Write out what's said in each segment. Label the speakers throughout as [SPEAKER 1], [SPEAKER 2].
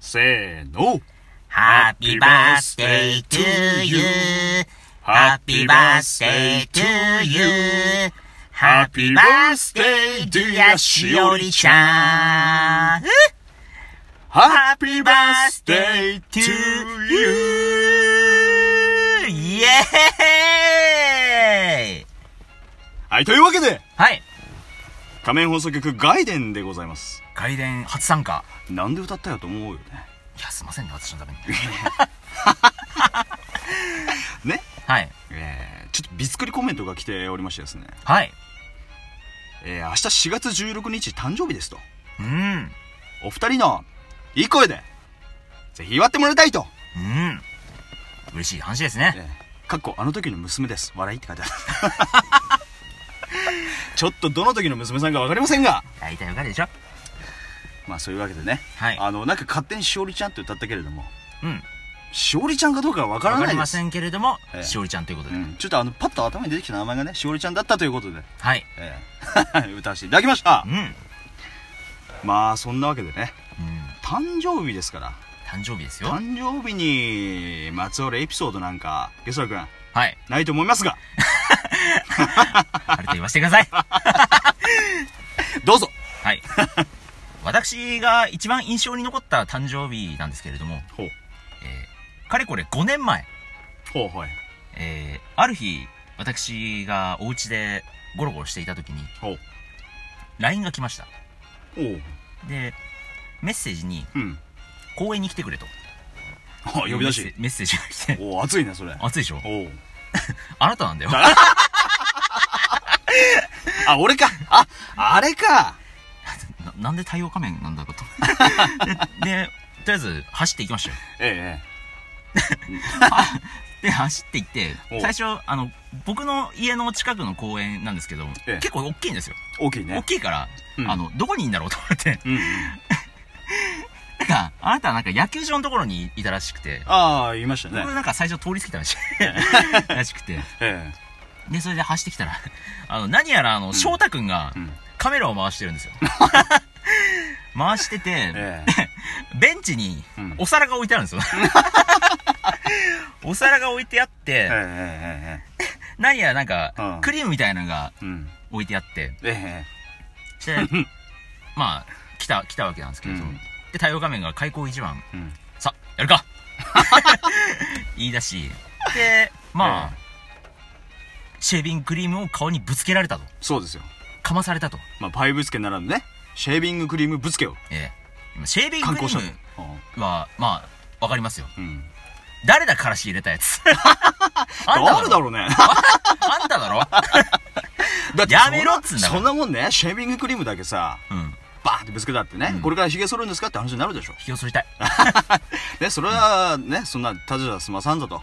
[SPEAKER 1] せーの。
[SPEAKER 2] Happy birthday to you. Happy birthday to you. Happy birthday, dear しおりちゃん。
[SPEAKER 1] Happy birthday to you!
[SPEAKER 2] イエーイ
[SPEAKER 1] はい、というわけで、
[SPEAKER 2] はい。
[SPEAKER 1] 仮面放送局外伝でございます。
[SPEAKER 2] 外伝初参加。
[SPEAKER 1] なんで歌ったよと思うよね。
[SPEAKER 2] いや、すいませんね、私のために。
[SPEAKER 1] ね
[SPEAKER 2] はい。
[SPEAKER 1] えー、ちょっとビスクリコメントが来ておりましてですね。
[SPEAKER 2] はい。
[SPEAKER 1] えー、明日4月16日誕生日ですと。
[SPEAKER 2] うん。
[SPEAKER 1] お二人のいい声で、ぜひ祝ってもらいたいと。
[SPEAKER 2] うん。嬉しい話ですね。
[SPEAKER 1] えー、かっこあの時の娘です。笑いって書いてある。 ちょっとどの時の娘さんかわかりませんが、
[SPEAKER 2] 大体わかるでしょ
[SPEAKER 1] まあそういうわけでね。
[SPEAKER 2] はい。
[SPEAKER 1] あの、なんか勝手にしおりちゃんって歌ったけれども、
[SPEAKER 2] うん。
[SPEAKER 1] しおりちゃんかどうかはわか
[SPEAKER 2] わ
[SPEAKER 1] らない
[SPEAKER 2] かり
[SPEAKER 1] で。
[SPEAKER 2] ますせんけれども
[SPEAKER 1] え、え
[SPEAKER 2] しおりちゃんということで
[SPEAKER 1] う。ん、ちょっとあの、パッと頭に出てきた名前がね、しおりちゃんだったということで、
[SPEAKER 2] はい。
[SPEAKER 1] ええ 歌わせていただきました
[SPEAKER 2] う。ん。
[SPEAKER 1] まあ、そんなわけでね、
[SPEAKER 2] うん。
[SPEAKER 1] 誕生日ですから、
[SPEAKER 2] 誕生日ですよ。
[SPEAKER 1] 誕生日に、まつわるエピソードなんか、ゲソラ君、
[SPEAKER 2] はい。
[SPEAKER 1] ないと思いますが、
[SPEAKER 2] あると言わせてく ださい。
[SPEAKER 1] どうぞ
[SPEAKER 2] はい。私が一番印象に残った誕生日なんですけれども、
[SPEAKER 1] ほう。
[SPEAKER 2] えー、かれこれ5年前、
[SPEAKER 1] ほう、はい。
[SPEAKER 2] えー、ある日、私がお家でゴロゴロしていた時に、
[SPEAKER 1] ほう。
[SPEAKER 2] LINE が来ました。
[SPEAKER 1] おう。
[SPEAKER 2] で、メッセージに、
[SPEAKER 1] うん。
[SPEAKER 2] 公園に来てくれと。
[SPEAKER 1] あ、呼び出し。
[SPEAKER 2] メッセージが来 て、
[SPEAKER 1] おう、熱いね、それ。
[SPEAKER 2] 暑いでしょ
[SPEAKER 1] おう。
[SPEAKER 2] あな たなんだよ。
[SPEAKER 1] あ、俺かあ、あれか
[SPEAKER 2] ななんで太陽仮面なんだろ うと。で、でとりあえず走っていきましたよ。
[SPEAKER 1] え
[SPEAKER 2] で、走っていって
[SPEAKER 1] おう、
[SPEAKER 2] 最初、あの、僕の家の近くの公園なんですけど、
[SPEAKER 1] ええ
[SPEAKER 2] 結構大きいんですよ。
[SPEAKER 1] え、大きい
[SPEAKER 2] 大
[SPEAKER 1] ね。
[SPEAKER 2] きいから、
[SPEAKER 1] うん
[SPEAKER 2] あの、どこにいんだろうと思って。
[SPEAKER 1] うんうん。
[SPEAKER 2] なんか、あなたなんか野球場のところにいたらしくて、
[SPEAKER 1] ああ、言いましたね
[SPEAKER 2] 僕。なんか最初通り過ぎたらし いらしくて、
[SPEAKER 1] え
[SPEAKER 2] で、それで走ってきたら、あの、何やらあの、翔太くんが
[SPEAKER 1] え。うん。
[SPEAKER 2] カメラを回してるんですよ。 回してて、
[SPEAKER 1] え
[SPEAKER 2] ベンチに
[SPEAKER 1] うん
[SPEAKER 2] お皿が置いてあるんで すよ。お皿が置いてあっ
[SPEAKER 1] え。ええ
[SPEAKER 2] て、
[SPEAKER 1] ええ
[SPEAKER 2] 何や
[SPEAKER 1] う
[SPEAKER 2] らなん
[SPEAKER 1] ん
[SPEAKER 2] か、クリームみたいなのが
[SPEAKER 1] え。うん。
[SPEAKER 2] 置いてあって、
[SPEAKER 1] ええ。
[SPEAKER 2] して、まあ、来た、来たわけなんですけれど
[SPEAKER 1] うん、
[SPEAKER 2] で、対応画面が開口一番、
[SPEAKER 1] うん。
[SPEAKER 2] さ、やるか言い出し、で、まあ、
[SPEAKER 1] え
[SPEAKER 2] シェービングクリームを顔にぶつけられたと。
[SPEAKER 1] そうですよ。
[SPEAKER 2] かまされたと。
[SPEAKER 1] まあ、パイぶつけならぬね、シェービングクリームぶつけを
[SPEAKER 2] ええ今シェービング
[SPEAKER 1] 観
[SPEAKER 2] クリ
[SPEAKER 1] 光し
[SPEAKER 2] ー
[SPEAKER 1] た
[SPEAKER 2] ムは、まあ、わかりますよ。
[SPEAKER 1] うん。
[SPEAKER 2] 誰だからし入れたやつ。あん ただ
[SPEAKER 1] 誰
[SPEAKER 2] ろ
[SPEAKER 1] だろうね。
[SPEAKER 2] あんただろ
[SPEAKER 1] だて
[SPEAKER 2] やめろっつうんだか
[SPEAKER 1] そ
[SPEAKER 2] ら
[SPEAKER 1] んなもんね、シェービングクリームだけさ、
[SPEAKER 2] うん。
[SPEAKER 1] バーンってぶつけたってね、これから髭剃るんですかって話になるでしょ。
[SPEAKER 2] 引き寄せたい。
[SPEAKER 1] ね、それはね、そんな、ただじゃ済まさんぞ と。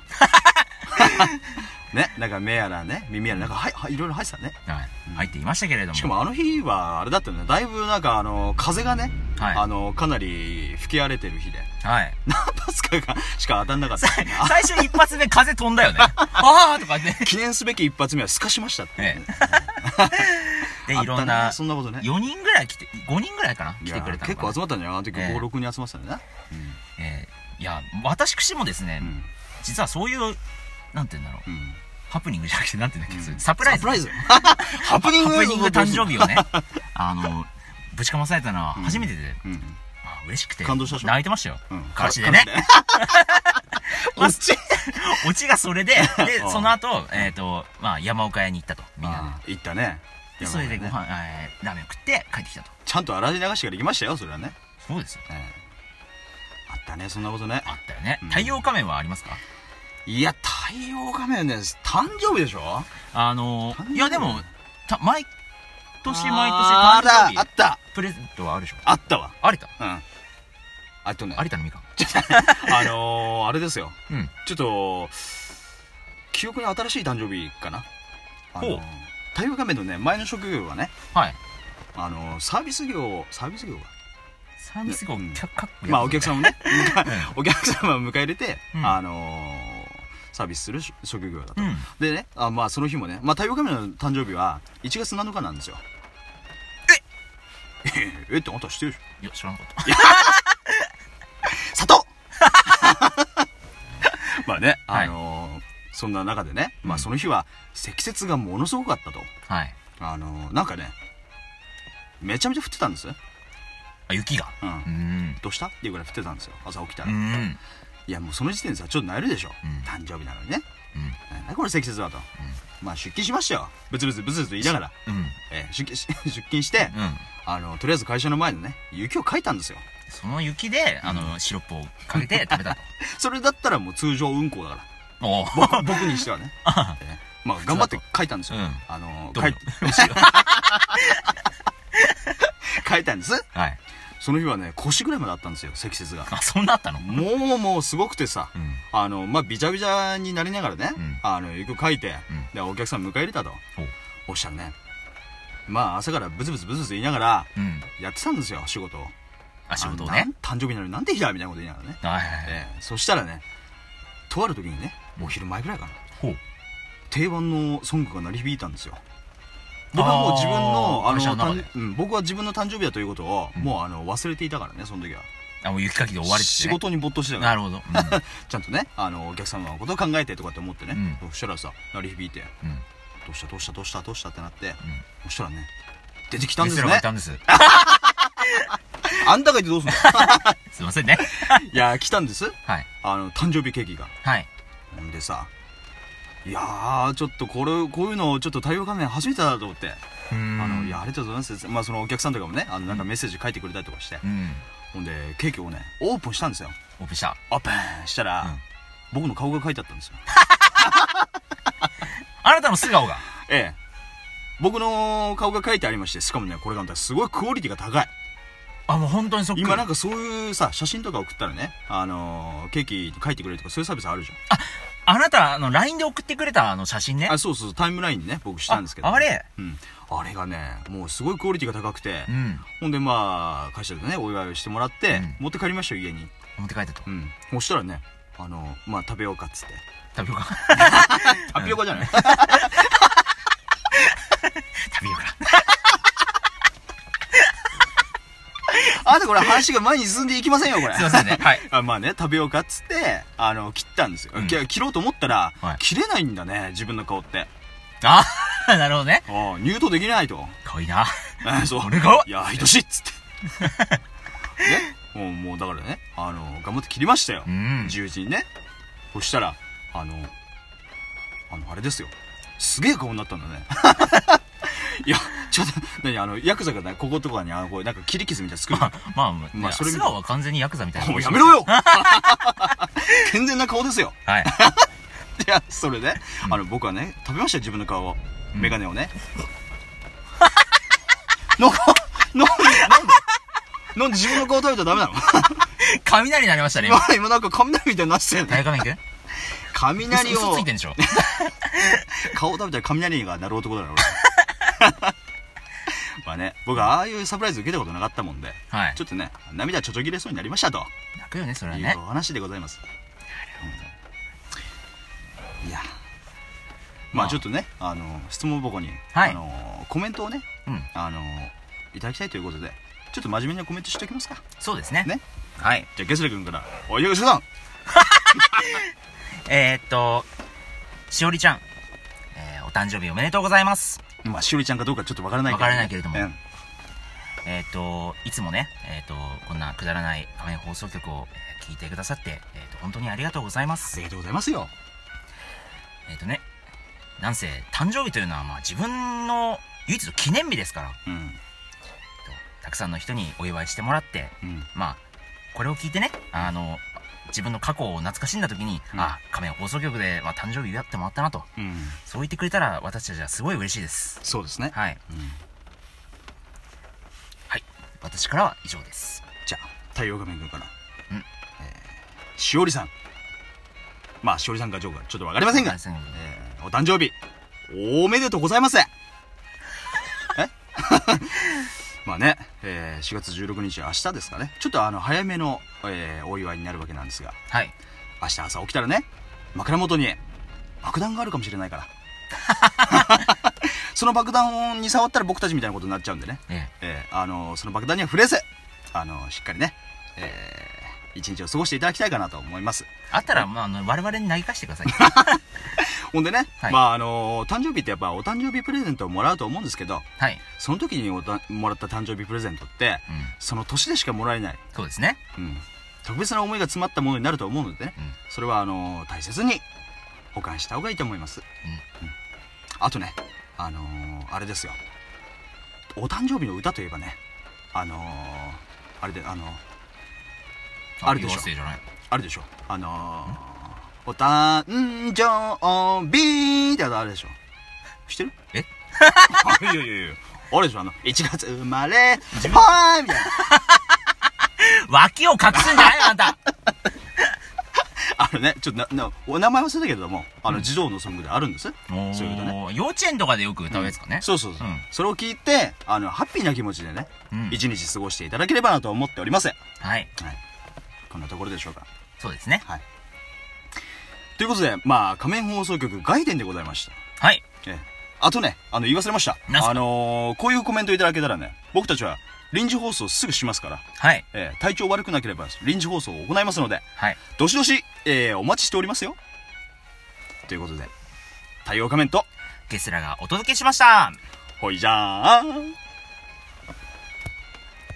[SPEAKER 1] ね、なんか目やらね、耳やら、なんか、はい、はい、いろいろ入ってたね。
[SPEAKER 2] はい。入っていましたけれども。
[SPEAKER 1] しかもあの日は、あれだったよね、だいぶなんか、あの、風がね、
[SPEAKER 2] はい
[SPEAKER 1] あの、かなり吹き荒れてる日で、
[SPEAKER 2] はい。
[SPEAKER 1] 何発かが、しか当たんなかった。
[SPEAKER 2] 最初一発目風飛 んだよね。あーとかね。
[SPEAKER 1] 記念すべき一発目は透かしましたってね、
[SPEAKER 2] ええ。で、
[SPEAKER 1] あったね
[SPEAKER 2] いろんな、
[SPEAKER 1] そんなことね。
[SPEAKER 2] 4人ぐらい来て、5人ぐらいかな来てくれたのかな。
[SPEAKER 1] 結構集まったんじゃないあの時
[SPEAKER 2] ええ
[SPEAKER 1] 5、6人集まってたんだよね。
[SPEAKER 2] えーいや、私くしもですね、
[SPEAKER 1] うん
[SPEAKER 2] 実はそういう、なんて言うんだろう、
[SPEAKER 1] うん
[SPEAKER 2] ハプニングじゃなくて、なんて言うんだっけ、そういうサプライ
[SPEAKER 1] サ
[SPEAKER 2] ズ。
[SPEAKER 1] プライ ズハプニン
[SPEAKER 2] ハ
[SPEAKER 1] グ
[SPEAKER 2] プニング誕生日をね、 あの、ぶちかまされたのは初めてで、
[SPEAKER 1] うん。
[SPEAKER 2] まあ嬉しくて、
[SPEAKER 1] 感動したでしょ
[SPEAKER 2] 泣いてましたよ。
[SPEAKER 1] うん
[SPEAKER 2] 歌詞でね。
[SPEAKER 1] こっち
[SPEAKER 2] オチがそれで、で
[SPEAKER 1] う、ん
[SPEAKER 2] その後、えっ、と、まあ、山岡屋に行ったと、みんな
[SPEAKER 1] ああ行ったね。
[SPEAKER 2] で。で、それでご
[SPEAKER 1] ね
[SPEAKER 2] 飯、えーラーメンを食って帰ってきたと。
[SPEAKER 1] ちゃんと洗い流してから行きましたよ、それはね。
[SPEAKER 2] そうですよ。
[SPEAKER 1] ええあったね、そんなことね。
[SPEAKER 2] あったよね
[SPEAKER 1] うん。
[SPEAKER 2] 太陽仮面はありますか、
[SPEAKER 1] いや、太陽仮面です。誕生日でしょ
[SPEAKER 2] あの
[SPEAKER 1] 誕生、日
[SPEAKER 2] いやでも、た毎年毎年
[SPEAKER 1] あ
[SPEAKER 2] 誕
[SPEAKER 1] ら
[SPEAKER 2] 生
[SPEAKER 1] あっ
[SPEAKER 2] 日、
[SPEAKER 1] た
[SPEAKER 2] プレゼントはあるでしょ
[SPEAKER 1] あったわ。
[SPEAKER 2] 有田
[SPEAKER 1] うん。あとね、
[SPEAKER 2] 有田のみかん。
[SPEAKER 1] あのー、あれですよ。
[SPEAKER 2] うん。
[SPEAKER 1] ちょっと、記憶に新しい誕生日かな。あのー
[SPEAKER 2] ほう
[SPEAKER 1] 太陽仮面のね、前の職業はね、
[SPEAKER 2] はい。
[SPEAKER 1] あのー、サービス業、サービス業が。
[SPEAKER 2] サービス業、
[SPEAKER 1] うん
[SPEAKER 2] かかっこいい
[SPEAKER 1] まあ、お客
[SPEAKER 2] ん。
[SPEAKER 1] 様をね、お客様を迎え入れて、
[SPEAKER 2] うん
[SPEAKER 1] あのー、サービスする職業だと。
[SPEAKER 2] うん。
[SPEAKER 1] でね、あまあその日もね、まあ太陽仮面の誕生日は1月7日なんですよ。ええってあんた知ってるでしょ
[SPEAKER 2] いや、知らなかった。
[SPEAKER 1] ね、
[SPEAKER 2] は
[SPEAKER 1] あ
[SPEAKER 2] い
[SPEAKER 1] のーそんな中でね、
[SPEAKER 2] うん
[SPEAKER 1] まあその日は積雪がものすごかったと。
[SPEAKER 2] はい。
[SPEAKER 1] あのーなんかね、めちゃめちゃ降ってたんです。うん。
[SPEAKER 2] あ、雪が。うーん。
[SPEAKER 1] どうしたっていうぐらい降ってたんですよ。朝起きた
[SPEAKER 2] うー
[SPEAKER 1] ら。
[SPEAKER 2] ん。
[SPEAKER 1] いやもうその時点でさ、ちょっとなえるでしょ。
[SPEAKER 2] うん
[SPEAKER 1] 誕生日なのにね。
[SPEAKER 2] うん。
[SPEAKER 1] なんだこれ積雪はと。まあ出勤しましたよ。ブツブツブツブツ言いながら。
[SPEAKER 2] うん。うん。
[SPEAKER 1] えー出勤し 出勤して、あの、とりあえず会社の前でね、雪をかいたんですよ。
[SPEAKER 2] その雪で、あの、シロップをか けて食べたと。
[SPEAKER 1] それだったらもう通常運行だから。
[SPEAKER 2] おお。
[SPEAKER 1] 僕僕にしてはね。えーまあ頑張って書いたんですよ。
[SPEAKER 2] うん
[SPEAKER 1] あの
[SPEAKER 2] ど
[SPEAKER 1] ー、
[SPEAKER 2] う
[SPEAKER 1] 書い
[SPEAKER 2] よ
[SPEAKER 1] 書いたんです。
[SPEAKER 2] はい。
[SPEAKER 1] その日はね、腰ぐらいまであったんですよ、積雪が。
[SPEAKER 2] あ、そんなあったの
[SPEAKER 1] もうもうすごくてさ、
[SPEAKER 2] うん。
[SPEAKER 1] あの、まあ、びちゃびちゃになりながらね、
[SPEAKER 2] うん
[SPEAKER 1] あの、よく書いて、
[SPEAKER 2] うん
[SPEAKER 1] で、お客さん迎え入れたと。
[SPEAKER 2] ほう
[SPEAKER 1] おっしゃるね。まあ、朝からブツブツブツブツ言いながら、
[SPEAKER 2] うん。
[SPEAKER 1] やってたんですよ、仕事を。
[SPEAKER 2] あ、仕事を
[SPEAKER 1] あ
[SPEAKER 2] ね
[SPEAKER 1] の。なん誕生日なのになんで日だみたいなこと言いながらね。
[SPEAKER 2] はいはいはい。
[SPEAKER 1] ええそしたらね、とある時にね、お昼前ぐらいかな、
[SPEAKER 2] ほう。
[SPEAKER 1] 定番のソングが鳴り響いたんですよ。僕はもう自分の、
[SPEAKER 2] あー
[SPEAKER 1] あの、
[SPEAKER 2] 会社の中
[SPEAKER 1] 誕
[SPEAKER 2] で
[SPEAKER 1] うん、僕は自分の誕生日だということを、
[SPEAKER 2] うん
[SPEAKER 1] もうあの、忘れていたからね、その時は。
[SPEAKER 2] あ、もう雪かきで終わりってね。
[SPEAKER 1] 仕事に没頭してたから
[SPEAKER 2] な。るほど。う
[SPEAKER 1] ちゃんとねあのお客様のことを考えてとかって思ってね、
[SPEAKER 2] う
[SPEAKER 1] そしたらさ鳴り響いて
[SPEAKER 2] ん。うん。
[SPEAKER 1] どうしたどうしたどうしたどうしたってなって、
[SPEAKER 2] ん
[SPEAKER 1] そしたらね出 てきたんで
[SPEAKER 2] レ
[SPEAKER 1] す
[SPEAKER 2] スラーが
[SPEAKER 1] ね
[SPEAKER 2] いたんです。
[SPEAKER 1] あんたがいてどうすん の
[SPEAKER 2] すいませんね。
[SPEAKER 1] いや来たんです
[SPEAKER 2] はい。
[SPEAKER 1] あの誕生日ケーキが
[SPEAKER 2] はい。
[SPEAKER 1] ほんでさいやーちょっとこれこういうのちょっと対応画面初めてだと思って、
[SPEAKER 2] うー
[SPEAKER 1] あのい
[SPEAKER 2] ん。
[SPEAKER 1] やありがとうございます、まあ、そのお客さんとかもねあのなんか
[SPEAKER 2] うん
[SPEAKER 1] メッセージ書いてくれたりとかして、
[SPEAKER 2] うん。
[SPEAKER 1] ほんでケーキをねオープンしたんですよ
[SPEAKER 2] オープンした。
[SPEAKER 1] オープンしたら、
[SPEAKER 2] うん
[SPEAKER 1] 僕の顔が書いてあったんですよ
[SPEAKER 2] あなたの素顔が。
[SPEAKER 1] ええ。僕の顔が書いてありまして、しかもね、これがまたすごいクオリティが高い。
[SPEAKER 2] あ、もう本当にそっくり。
[SPEAKER 1] 今なんかそういうさ、写真とか送ったらね、あのー、ケーキ書いてくれるとかそういうサービスあるじゃ
[SPEAKER 2] あなた、あの、LINE で送ってくれたあの写真ね
[SPEAKER 1] ん。。あ、そうそう、タイムラインにね、僕したんですけど。
[SPEAKER 2] ああれ
[SPEAKER 1] うん。あれがね、もうすごいクオリティが高くて
[SPEAKER 2] う、ん。
[SPEAKER 1] ほんでまあ、会社でね、お祝いをしてもらって、
[SPEAKER 2] うん
[SPEAKER 1] 持って帰りましたよ、家に。
[SPEAKER 2] 持って帰ったと
[SPEAKER 1] う。ん。そしたらね、あのー、まあ食べようかっつって。
[SPEAKER 2] タピオカ。
[SPEAKER 1] タピオカじゃない、
[SPEAKER 2] タピオカ。
[SPEAKER 1] あとこれ話が前に進んでいきませんよ、これ。
[SPEAKER 2] すいませんね。はい。
[SPEAKER 1] あまあね、食べようかっつって、あの、切ったんですよ。
[SPEAKER 2] うん
[SPEAKER 1] き切ろうと思ったら、
[SPEAKER 2] はい
[SPEAKER 1] 切れないんだね、自分の顔って。
[SPEAKER 2] あーなるほどね。
[SPEAKER 1] ああ、入刀できないと。
[SPEAKER 2] かわいいな。
[SPEAKER 1] あそう。
[SPEAKER 2] 俺が
[SPEAKER 1] いや、愛しいっ つって。ね。もう、もうだからね、あの、頑張って切りましたよ
[SPEAKER 2] う。ん。
[SPEAKER 1] 10時にね。そしたら、あの、あの、あれですよ。すげえ顔になったんだ ね。いや、ちょっと、何、あの、ヤクザがね、こことかに、あの、こう、なんか切り傷みたいなの作る
[SPEAKER 2] ま。あ、まあ、ね
[SPEAKER 1] まあそれ
[SPEAKER 2] 素顔は完全にヤクザみたいな。
[SPEAKER 1] もうやめろ よ 健全な顔ですよ。
[SPEAKER 2] はい。
[SPEAKER 1] いや、それで、あの、僕はね、食べましたよ、自分の顔を。
[SPEAKER 2] うん
[SPEAKER 1] メガネをね。 の、なんで、なんでなんで自分の顔食べたらダメなの
[SPEAKER 2] 雷になりまし たね、今。
[SPEAKER 1] 今、今なんか雷みたいになってたよね。
[SPEAKER 2] 大画面くん
[SPEAKER 1] 雷を
[SPEAKER 2] 嘘、ついてんでしょ
[SPEAKER 1] 顔を食べたら雷が鳴る男だな、 俺。まあね、僕はああいうサプライズ受けたことなかったもんで、
[SPEAKER 2] は い
[SPEAKER 1] ち。ょっとね、涙ちょちょ切れそうになりましたと。
[SPEAKER 2] 泣くよね、それは
[SPEAKER 1] いう
[SPEAKER 2] ね
[SPEAKER 1] お。話でございます。いや、ま
[SPEAKER 2] まあ
[SPEAKER 1] あちょっとね、あの質問箱に、
[SPEAKER 2] はい
[SPEAKER 1] あのコメントをね、
[SPEAKER 2] うん。
[SPEAKER 1] あのいただきたいということで、ちょっと真面目にコメントしておきますか。
[SPEAKER 2] そうですね。
[SPEAKER 1] ね。
[SPEAKER 2] はい。
[SPEAKER 1] じゃあゲスレ君から、おいゲスレさん。
[SPEAKER 2] えー、っと、しおりちゃん。えー、お誕生日おめでとうございます。
[SPEAKER 1] まあしおりちゃんかどうかちょっとわからない
[SPEAKER 2] わからないけれども
[SPEAKER 1] うん
[SPEAKER 2] えっ、と、いつもね、えっ、と、こんなくだらない仮面放送局をえー聞いてくださって、えっ、と、本当にありがとうございま
[SPEAKER 1] あ
[SPEAKER 2] す
[SPEAKER 1] り。がとうございますよ。
[SPEAKER 2] えっ、とね、なんせ、誕生日というのは、まあ、自分の唯一の記念日ですから、え
[SPEAKER 1] うん、
[SPEAKER 2] っとたくさんの人にお祝いしてもらって、
[SPEAKER 1] うん、
[SPEAKER 2] まあ、これを聞いてね、あの、自分の過去を懐かしんだ時に、
[SPEAKER 1] うん
[SPEAKER 2] あ、仮面放送局で、まあ、誕生日祝ってもらったなと、
[SPEAKER 1] うん、
[SPEAKER 2] そう言ってくれたら、私たちはすごい嬉しいです。
[SPEAKER 1] そうですね。
[SPEAKER 2] はい。
[SPEAKER 1] うん
[SPEAKER 2] はい。私からは以上です。
[SPEAKER 1] じゃあ太陽画面君から、
[SPEAKER 2] うん
[SPEAKER 1] えーしおりさんまあしおりさんかジョーかちょっとわかりませんが、
[SPEAKER 2] すいませんが
[SPEAKER 1] えーお誕生日おめでとうございますえ まあね、えー4月16日は明日ですかねちょっとあの早めの、えーお祝いになるわけなんですが
[SPEAKER 2] はい。
[SPEAKER 1] 明日朝起きたらね枕元に爆弾があるかもしれないからその爆弾に触ったら僕たちみたいなことになっちゃうんでね
[SPEAKER 2] ええ
[SPEAKER 1] えーあのその爆弾には触れず、あのしっかりね、え一日を過ごしていただきたいかなと思います。
[SPEAKER 2] あったら、まあ、あの、我々に投げ返してくだ さい。
[SPEAKER 1] ほんでね、
[SPEAKER 2] はい
[SPEAKER 1] まああの誕生日ってやっぱお誕生日プレゼントをもらうと思うんですけど、
[SPEAKER 2] はい。
[SPEAKER 1] その時におたもらった誕生日プレゼントって、
[SPEAKER 2] うん。
[SPEAKER 1] その年でしかもらえない、
[SPEAKER 2] そうですね。
[SPEAKER 1] うん、特別な思いが詰まったものになると思うのでね、
[SPEAKER 2] うん
[SPEAKER 1] それはあの大切に保管した方がいいと思います。うんあとね、あのあれですよ。お誕生日の歌といえばね、あのあれで、あのあるでしょ
[SPEAKER 2] 妖精じゃない。
[SPEAKER 1] あれでしょあのー、お誕生日ってあれでしょ知ってる
[SPEAKER 2] え
[SPEAKER 1] あ いやいやいやあれでしょあの、1月生まれ、はーいみたいな。
[SPEAKER 2] 脇を隠すんじゃないよあんた
[SPEAKER 1] あのね、ちょっとな、な、お名前忘れたけれども、あの、児童のソングであるんです。
[SPEAKER 2] お
[SPEAKER 1] そういうこと
[SPEAKER 2] ー幼稚園とかでよく歌うやつかね。
[SPEAKER 1] そうそうそう。
[SPEAKER 2] うん
[SPEAKER 1] それを聞いて、あの、ハッピーな気持ちでね、
[SPEAKER 2] うん
[SPEAKER 1] 一日過ごしていただければなと思っております。はい。
[SPEAKER 2] はい。
[SPEAKER 1] こんなところでしょうか。
[SPEAKER 2] そうですね。
[SPEAKER 1] はい。ということで、まあ、仮面放送局外伝でございました。
[SPEAKER 2] はい。
[SPEAKER 1] ええ。あとね、あの、言わせました。
[SPEAKER 2] なんすか
[SPEAKER 1] あのーこういうコメントいただけたらね、僕たちは臨時放送すぐしますから、
[SPEAKER 2] はい。
[SPEAKER 1] ええ、体調悪くなければ臨時放送を行いますので、
[SPEAKER 2] はい。
[SPEAKER 1] どしどし、ええ、お待ちしておりますよ。ということで、対応仮面と、
[SPEAKER 2] ゲスラがお届けしました
[SPEAKER 1] ほいじゃあ。